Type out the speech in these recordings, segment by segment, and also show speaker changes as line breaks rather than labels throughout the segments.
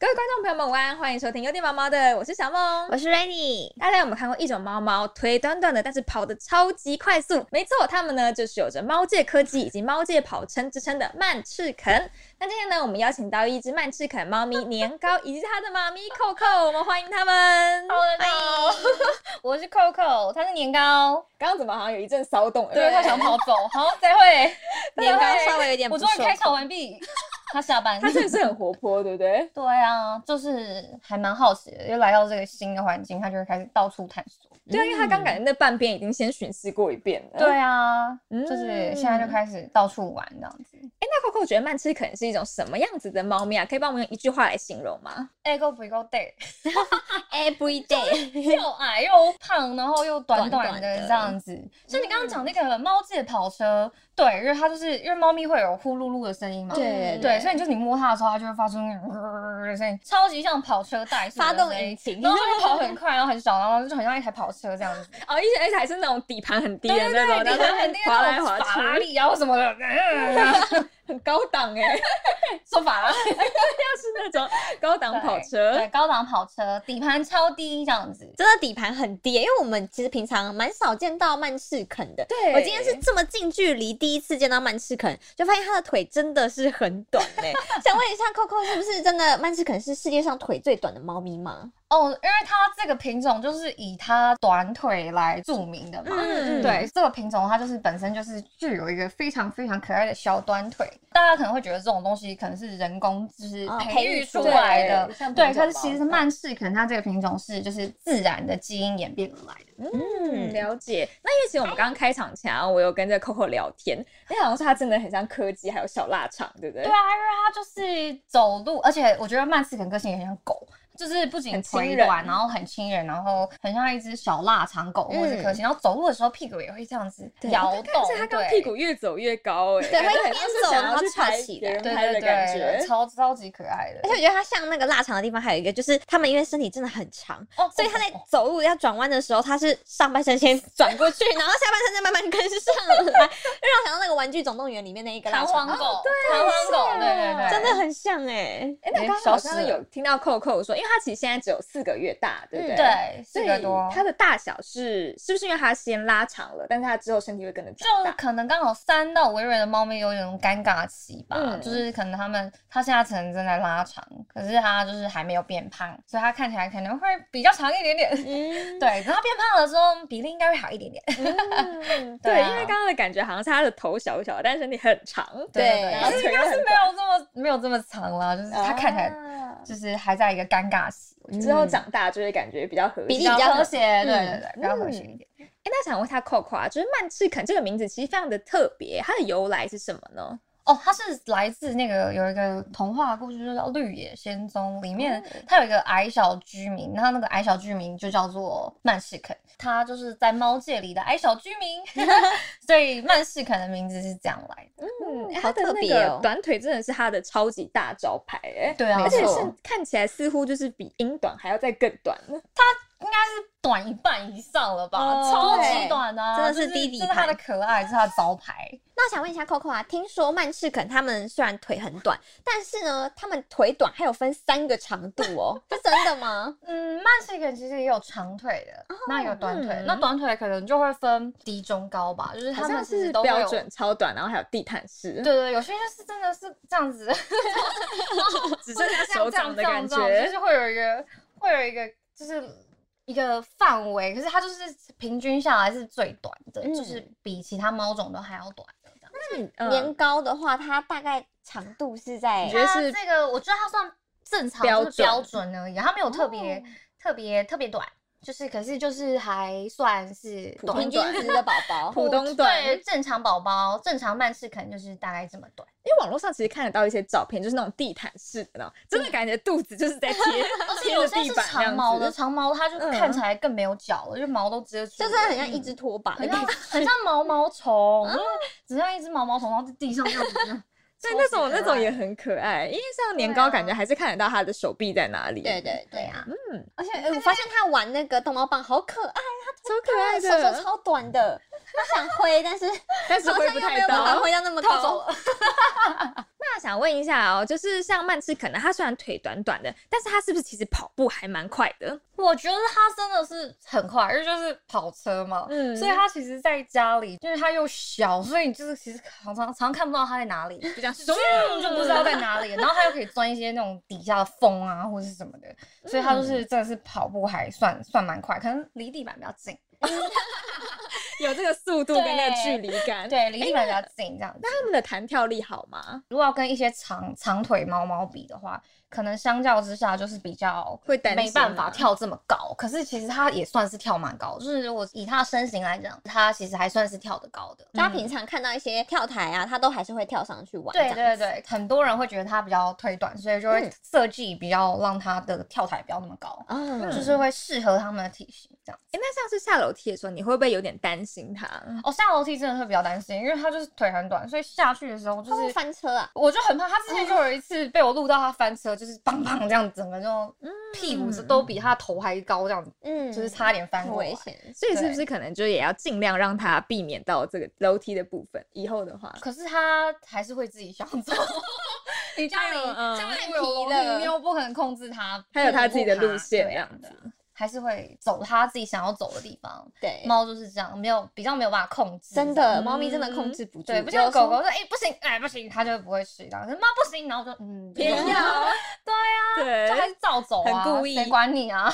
各位观众朋友们，午安，欢迎收听有点毛毛的，我是小梦
我。是 Rainy，
大家有没有看过一种猫猫，腿短短的，但是跑得超级快速？没错，它们呢就是有着猫界科技以及猫界跑称之称的曼赤肯。那今天呢，我们邀请到一只曼赤肯猫咪年糕以及它的妈咪扣扣，我们欢迎它们。
Hello，大家好，我是扣扣，他是年糕，
刚刚怎么好像有一阵骚动？
对他想跑走，好，再会。
年糕稍微有点
我
不
终于
受
开场
控，
完毕，他下班。
它真的是很活泼，对不对？
对啊，就是还蛮好奇的，因为来到这个新的环境，他就会开始到处探索。
对啊，因为它刚
嗯
感觉那半边已经先巡视过一遍了。
对啊，
嗯
就是现在就开始到处玩这样子。
哎，那 Coco 觉得曼赤肯是一种什么样子的猫咪啊？可以帮我们用一句话来形容吗？
哎，够不够 day？
every day
又矮又胖，然后又短
短
短
短
的
的
这样子。所以你刚刚讲那个猫界跑车，对，因为它就是因为猫咪会有呼噜噜的声音嘛，
对
对，所以你就是你摸它的时候，它就会发出那种呃的声音，超级像跑车带
发动引擎，
然后它就跑很快，然后很爽，然后就很像一台跑车这样子，
哦，而且而且还是那种底盘很低的那种，
对，
然后
很厉害，
滑来滑
法拉
去，
利啊或什么的，嗯
很高档 哎、
说法拉利
要是那种高档跑
对，
车，
高档跑车，底盘超低这样子，
真的底盘很低耶，因为我们其实平常蛮少见到曼赤肯的。
对
我今天是这么近距离第一次见到曼赤肯，就发现他的腿真的是很短 嘞。想问一下，Coco 是不是真的曼赤肯是世界上腿最短的猫咪吗？
哦，因为它这个品种就是以它短腿来著名的嘛，
嗯
对，这个品种它就是本身就是具有一个非常非常可爱的小短腿，大家可能会觉得这种东西可能是人工就是
哦
培
培
育
育
出
出
来
来
的，
的像
对，
品种
可是其
吧
实曼氏可能它这个品种是就是自然的基因演变而来的，
嗯，了解。那因为其实我们刚刚开场前啊，我有跟这 Coco 聊天，你好像说它真的很像柯基，还有小腊肠，对不对？
对啊，因为它就是走路，而且我觉得曼氏可能个性也很像狗。就是不仅
很亲
腿
人
短，然后很亲人，然后很像一只小腊肠狗或者是柯基，然后走路的时候屁股也会这样子
对
摇动，
但是它刚
对
屁股越走越高哎、欸，
对
感觉
会
很像是
边走
想
然
要
后
去
翘
拍
起
别
来
人
对
拍
对
的感
对，
觉。
超超级可爱的
而。且我觉得它像那个腊肠的地方还有一个，就是它们因为身体真的很长，
哦
所以它在走路要转弯的时候，它是上半身先转过去，然后下半身再慢慢跟上 来，就让我想到那个《玩具总动员》里面那一个
弹
腊
簧
肠，哦
狗，弹簧狗，对对对，
真的很像哎、
哎、那
哎
刚刚
消
好
失
像
了
有听到 Coco 说，因为它其实现在只有四个月大，对不对？
嗯
对，
所
四
以
个多。
它的大小是是不是因为它先拉长了，但是它之后身体会跟着长
就
大？
可能刚好三到五月的猫咪有点尴尬期吧，
嗯
就是可能它们它现在可能正在拉长，可是它就是还没有变胖，所以它看起来可能会比较长一点点。
嗯，
对，等它变胖了之后，比例应该会好一点点。
嗯
对
对，
啊
因为刚刚的感觉好像是它的头小小，但身体很长，
对
然
可
后
是
腿
应
又
该
很
是没有这么没有这么长了，就是
短，
它看起来
哦嗯
啊
就是还在一个尴尬期，我觉得
之后长大就会感觉比较合
比
理。
例比较
和谐，对对
嗯
对，比较和谐一点。
哎，那想问他 Coco 啊，就是曼赤肯这个名字其实非常的特别，它的由来是什么呢？
哦，它是来自那个有一个童话故事，就叫《绿野仙踪》，里面它有一个矮小居民，那那个矮小居民就叫做曼士肯，他就是在猫界里的矮小居 民，所以曼士肯的名字是这样来的。
嗯，
好
它的
特
那
别
个
哦
短腿真的是它的超级大招牌哎。
对啊
而且
没错
是看起来似乎就是比英短还要再更短呢。
应该是短一半以上了吧，
哦
超级
对
短啊！
真的是
就
低底
这是它的
盘
可爱，这是它的招牌。
那我想问一下 Coco 啊，听说曼赤肯它们虽然腿很短，但是呢，它们腿短还有分三个长度 哦，是真的吗？
嗯，曼士肯其实也有长腿的，那有短腿，
嗯
那短腿可能就会分低中高吧，就是
好
他
像
们其
是
实都会
标
有
准超短，然后还有地毯式，
对对，有些就是真的是这样子，
只
就
剩
是
下
像
手
这样
掌的
这
感
样这样就
觉。
是会有一个会有一个就是一个范围，可是它就是平均下来是最短的，
嗯
就是比其他猫种都还要短的这样。
嗯
年糕的话，它大概长度是在
你觉得
它
是
这个，我觉得它算正常，
标准哦
就是标准而已，它没有特别特别特别短，就是可是就是还算是
普
短
平
通
均
短
值的宝 宝。
普通短
对正常宝宝，正常曼氏可能就是大概这么短。
因为网络上其实看得到一些照片，就是那种地毯式的那种，真的感觉肚子就是在贴
而且
贴
有
着
些
地
是
板那
长毛的，
样子。嗯
长毛它就看起来更没有脚了，就毛都遮住
就
了，
是很像一只拖把的
嗯很
感
像
觉，
很像毛毛虫，就是只像一只毛毛虫，然后在地上这样子。
对，那种
超级可爱
那种也很可爱，因为像年
对
糕
啊
感觉还是看得到他的手臂在哪里。
对，嗯对
对
对，
啊，
而且哎我发现它玩那个逗猫棒好可爱，
超可爱
啊
手手
的。
超短的，我想挥，但是
但是
好
挥
像
不
又没
太
有办法
到。
挥到那么
套走
高。
那想问一下哦，就是像曼赤肯呢，他虽然腿短短的，但是他是不是其实跑步还蛮快的？
我觉得他真的是很快，因为就是跑车嘛，
嗯
所以他其实在家里，因为他又小，所以你就是其实常常常看不到他在哪里，
就这样，
咻嗯就不知道在哪里，然后他又可以钻一些那种底下的缝啊或者是什么的，所以他就是真的是跑步还算算蛮快，可能离地板比较近，
有这个速度跟那个距
对
离感。
对，离地板比较近这样子。
他们的弹跳力好吗？
如果要跟一些长长腿猫猫比的话，可能相较之下就是比较
会担心
没办法
吗
跳这么高。可是其实它也算是跳蛮高，就是如果以它的身形来讲，它其实还算是跳得高的。
大家平常看到一些跳台啊，他都还是会跳上去玩。
对
这
对
样子，
对，很多人会觉得它比较腿短，所以就会
嗯
设计比较让它的跳台不要那么高，
嗯，
就是会适合他们的体型这样。
哎、那上次下楼梯的时候，你会不会有点担心他？
哦，下楼梯真的会比较担心，因为它就是腿很短，所以下去的时候就
他会
是。
翻车啊。
我就很怕他之前就
哦
有一次被我录到他翻车，就是砰砰这样，整个就
嗯
屁股是都比他头还高这样子，
嗯，
就是差点翻
很
过来
危。险。
所以是不
对
是可能就也要尽量让他避免到这个楼梯的部分？以后的话，
可是他还是会自己想走。 你家里
嗯嗯
家里
太
有
皮
龙
了
你又不可能控制他，
他有他自己的路线
对
这样
啊对
子
啊还是会走他自己想要走的地方。
哎
对，
猫就是这样，没有比较没有办法控制，
真
这样
的，猫咪真的控制不住。
嗯对，不
有
像
时候
狗狗说哎、不行哎、不行，它就不会吃一样。可是猫不行，然后就嗯
偏 要，对
啊就
呀、
还是照走啊，
啊很故意
谁管你啊？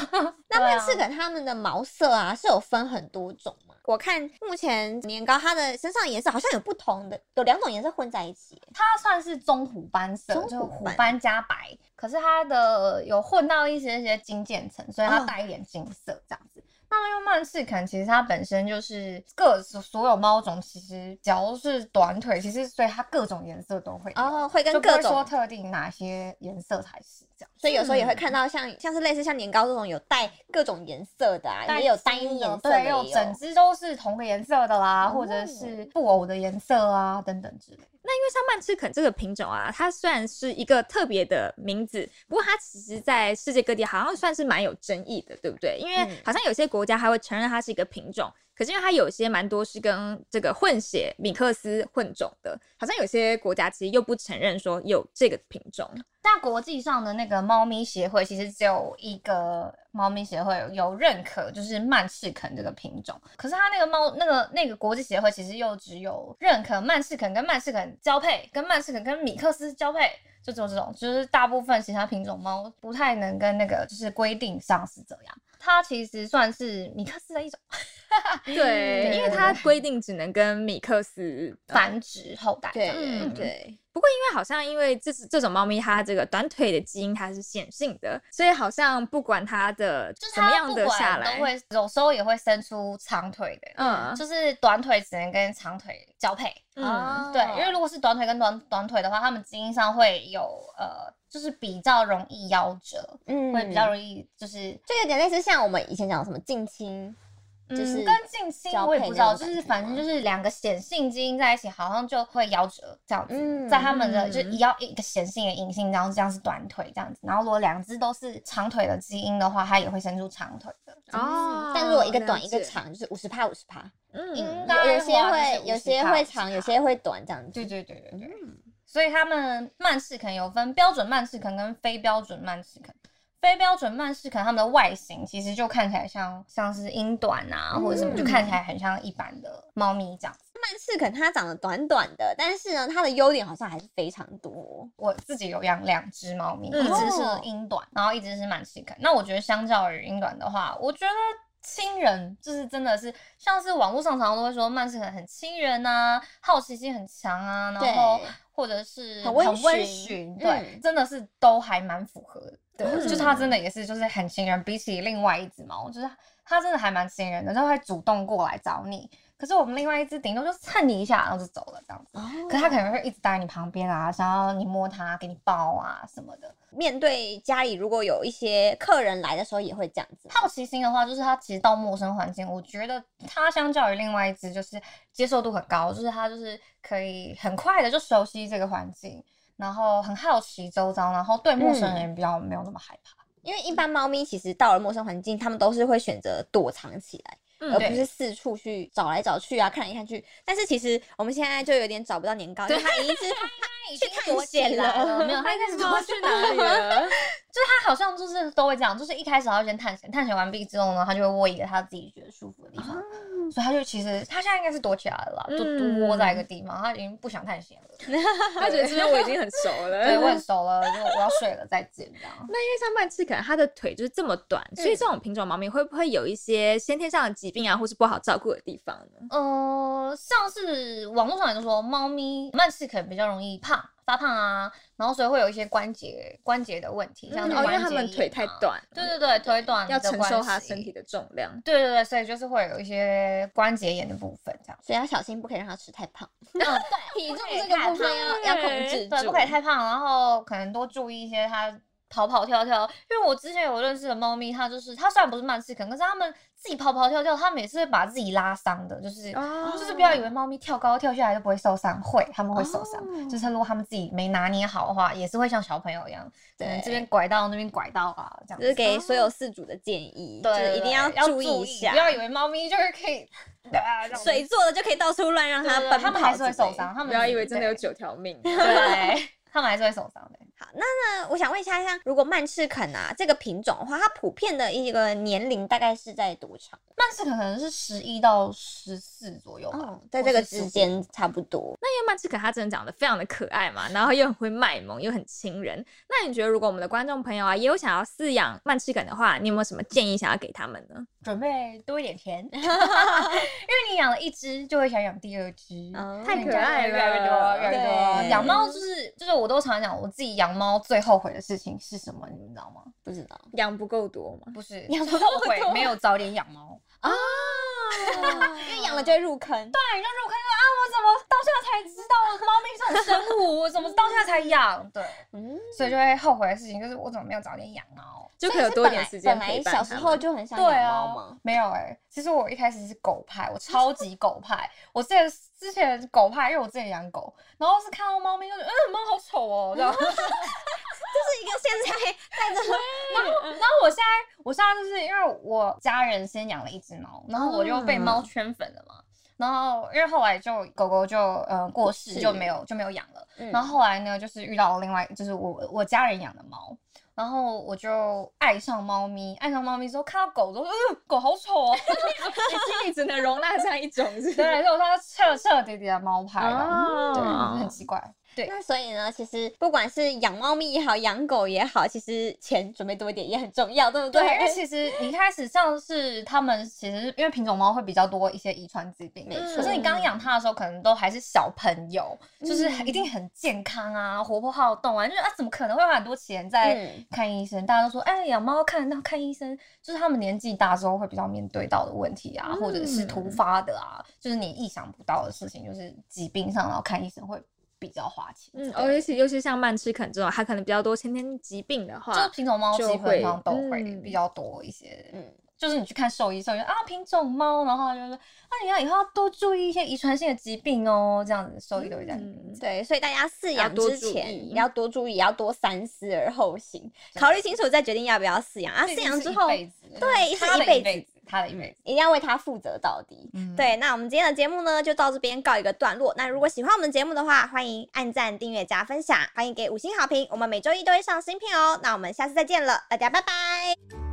对
那
啊
曼赤肯它们的毛色啊是有分很多种嘛？我看目前年糕它的身上颜色好像有不同的，有两种颜色混在一起。
它算是棕虎斑色，
棕虎
就虎
斑
斑加白，可是它的有混到一些些金渐层，所以它
哦
带一点金色这样子。那因为曼赤肯其实它本身就是各所有猫种，其实只要是短腿，其实所以它各种颜色都会有，
哦，会跟
就不
各
会说嗯
种，
特定哪些颜色才是这样。
所以有时候也会看到像、像是类似像年糕这种有带各种颜色的啊，
带
也有
丝
单一
的
颜色的，
对，
也
有
有
整只都是同个颜色的啦，
哦
或者是布偶的颜色啊等等之类的。
那因为像曼赤肯这个品种啊，它虽然是一个特别的名字，不过它其实在世界各地好像算是蛮有争议的，对不对？因为
嗯
好像有些国家还会承认它是一个品种，可是因为它有些蛮多是跟这个混血米克斯混种的，好像有些国家其实又不承认说有这个品种。
但国际上的那个猫咪协会其实只有一个猫咪协会有认可，就是曼赤肯这个品种。可是它那个猫那个那个国际协会其实又只有认可曼赤肯跟曼赤肯交配，跟曼赤肯跟米克斯交配，就只有这种。就是大部分其他品种猫不太能跟那个就是规定上是这样。它其实算是米克斯的一种
对，因为它规定只能跟米克斯呃
繁殖后代。
对
嗯
对，
不过，因为好像因为这是这种猫咪，它这个短腿的基因它是显性的，所以好像不管它的
就是
什么
它
样
不
的下
管
来
都，会有时候也会生出长腿的，
嗯
就是短腿只能跟长腿交配。
嗯，
对，因为如果是短腿跟短短腿的话，它们基因上会有呃，就是比较容易夭折，
嗯
会比较容易就是。
就有点类似像我们以前讲的什么近亲，就是
嗯、跟近亲
交
我也
配
不知
那
道，就
种
是
感觉
反正
吗
就是两个显性基因在一起，好像就会夭折这样子。
嗯
在他们的就
嗯
一要一个显性一个隐性，然后这样是短腿这样子。然后如果两只都是长腿的基因的话，它也会生出长腿的。
哦
嗯，但如果一个短
了
一个
解，
长，就是五十趴五十趴，
嗯
应
有
该
有些
花的
会
是50%
有些会长，有些会短这样子。
对对对对对。
嗯
所以他们曼氏肯有分标准曼氏肯跟非标准曼氏肯。非标准曼氏肯它们的外形其实就看起来像像是英短啊，或者什么，
嗯
就看起来很像一般的猫咪这样子。
曼赤肯它长得短短的，但是呢，它的优点好像还是非常多。
我自己有养两只猫
哦
咪，
嗯
一只是英短，然后一只是曼氏肯。那我觉得相较于英短的话，我觉得。亲人就是真的是，像是网络上常常都会说曼氏肯很亲人啊，好奇心很强啊，然后
对
或者是
很温
温
驯
驯，对，
嗯
真的是都还蛮符合的。对，
嗯
就是它真的也是，就是很亲人。比起另外一只猫，就是它真的还蛮亲人的，它会主动过来找你。可是我们另外一只顶多就蹭你一下，然后就走了这样子。
哦，
可是它可能会一直待在你旁边啊，想要你摸它，给你抱啊什么的。
面对家里如果有一些客人来的时候，也会这样子。
好奇心的话，就是它其实到陌生环境，我觉得它相较于另外一只就是接受度很高，就是它就是可以很快的就熟悉这个环境，然后很好奇周遭，然后对陌生人
嗯
比较没有那么害怕。
因为一般猫咪其实到了陌生环境，它们都是会选择躲藏起来，
嗯
而
对
不是四处去找来找去啊，看来看去。但是其实我们现在就有点找不到年糕，因为它一直
他已
去
经
探
躲起
险
来
了
了，没 有，他一开始躲起来
哪里了？
就是他好像就是都会这样，就是一开始他会先探险，探险完毕之后呢，他就会窝一个他自己觉得舒服的地方，
哦
所以他就其实他现在应该是躲起来了啦，就
嗯
都窝在一个地方，他已经不想探险了。
他觉得这边我已经很熟
嗯
了。
对，我很熟了，就我要睡了，再见这样。
那因为像曼赤肯，它的腿就是这么短，所以这种品种猫咪会不会有一些先天上的疾病啊，或是不好照顾的地方呢？
呃，像是网络上也就说，猫咪曼氏可能比较容易胖发胖啊，然后所以会有一些关节关节的问题，像是
哦，因
关
为
节、啊
它们腿太，短，
对对对，腿短
要
的
承
关
受它
系
身体的重量。
对对对，所以就是会有一些关节炎的部分这样。
所以要小心，不可以让它吃太 胖。
嗯，对，体
重这个部分要要控制
对，
住
不可以太胖，然后可能多注意一些它跑跑跳跳。因为我之前有认识的猫咪，它就是它虽然不是曼氏肯，可是它们自己跑跑跳跳，它们也是会把自己拉伤的，就是、
哦
就是不要以为猫咪跳高跳下来就不会受伤，会它们会受伤，
哦
就是如果它们自己没拿捏好的话，也是会像小朋友一样，可能
对
这边拐到那边拐到啊这样
这是
子。
给所有饲主的建议，
对，
就是
对
一定
对
注意一
不要
下。
以为猫咪就是可以，啊这样子
水做的就可以到处乱让
对
它
对
奔
它们
跑
还是会
之类
受
的
伤，它们
不要以为真的有
对
九 条命。
对， 他们还是会受伤的。
好，那呢，我想问一下，像如果曼赤肯啊这个品种的话，它普遍的一个年龄大概是在多长？
曼氏可能是十一到十四左右吧，
哦，在这个
或是
之
15。
间差不多。
那因为曼赤肯它真的长得非常的可爱嘛，然后又很会卖萌，又很亲人。那你觉得如果我们的观众朋友啊，也有想要饲养曼赤肯的话，你有没有什么建议想要给他们呢？
准备多一点 钱，因为你养了一只，就会想养第二只。
哦
太
你
可
这样
爱
就越来越多，
了
越来越
对
多。养猫就是就是，我都常讲我自己养猫最后悔的事情是什么，你们知道吗？
不知道，
养不够多吗？
不是
养
后悔没有早点养猫。
因为养了就会入坑。
对，让入坑说啊，我怎么当下才知道猫咪这种生物，我怎么当下才养？对，
嗯，
所以就会后悔的事情就是我怎么没有早点养猫。
就可以有多一点时间
本来
陪
本来
伴
小
他
时
们
候就很想
对
养
啊，
猫吗？
没有哎、其实我一开始是狗派，我超级狗派。我之前之前狗派，因为我之前养狗，然后是看到猫咪就觉得，嗯，猫好丑哦，这 样。
这是一个现在带着嗯
然后然后我现在我现在就是因为我家人先养了一只猫，然后我
哦
就被猫圈粉了嘛。然后，因为后来就狗狗就呃过世，
是
就没有就没有养了。
嗯
然后后来呢，就是遇到另外就是我我家人养的猫，然后我就爱上猫咪，爱上猫咪之后看到狗之后，嗯，狗好丑哦，
心里只能容纳这样一种，是不 是
对，所以我说彻彻底底的猫派了，对，就是
哦
很，奇怪。
那所以呢，其实不管是养猫咪也好，养狗也好，其实钱准备多一点也很重要，对不哎
对，因为
对？
其实你一开始像是他们，其实因为品种猫会比较多一些遗传疾病，
没错
可是你刚养它的时候，可能都还是小朋友，就是
嗯
一定很健康啊，活泼好动啊，就是啊，怎么可能会花很多钱在
嗯
看医生？大家都说，哎，养猫看到看医生，就是他们年纪大之后会比较面对到的问题啊，
嗯
或者是突发的啊，就是你意想不到的事情，就是疾病上，然后看医生会比较花钱。
嗯，
对
哦尤其尤其像曼赤肯这种，它可能比较多先天疾病的
就
话，
品种猫
就
基
会
本上都会
嗯
比较多一些，
嗯
就是你去看兽医，兽医说啊品种猫，然后他就说啊你要以后要多注意一些遗传性的疾病哦，这样子兽医都会这样子。
嗯
对，所以大家饲
要
养
多
之
注
前
意
要多注意，也要多三思而后 行，考虑清楚再决定要不要饲养啊。饲养之后，
这已经是一辈子嗯
对
他
是
的
一辈
一辈
子
子，他的一辈子。
一定要为它负责到底。
嗯
对，那我们今天的节目呢，就到这边告一个段落。那如果喜欢我们的节目的话，欢迎按赞、订阅、加分享，欢迎给五星好评。我们每周一都会上新片哦。那我们下次再见了，大家拜拜。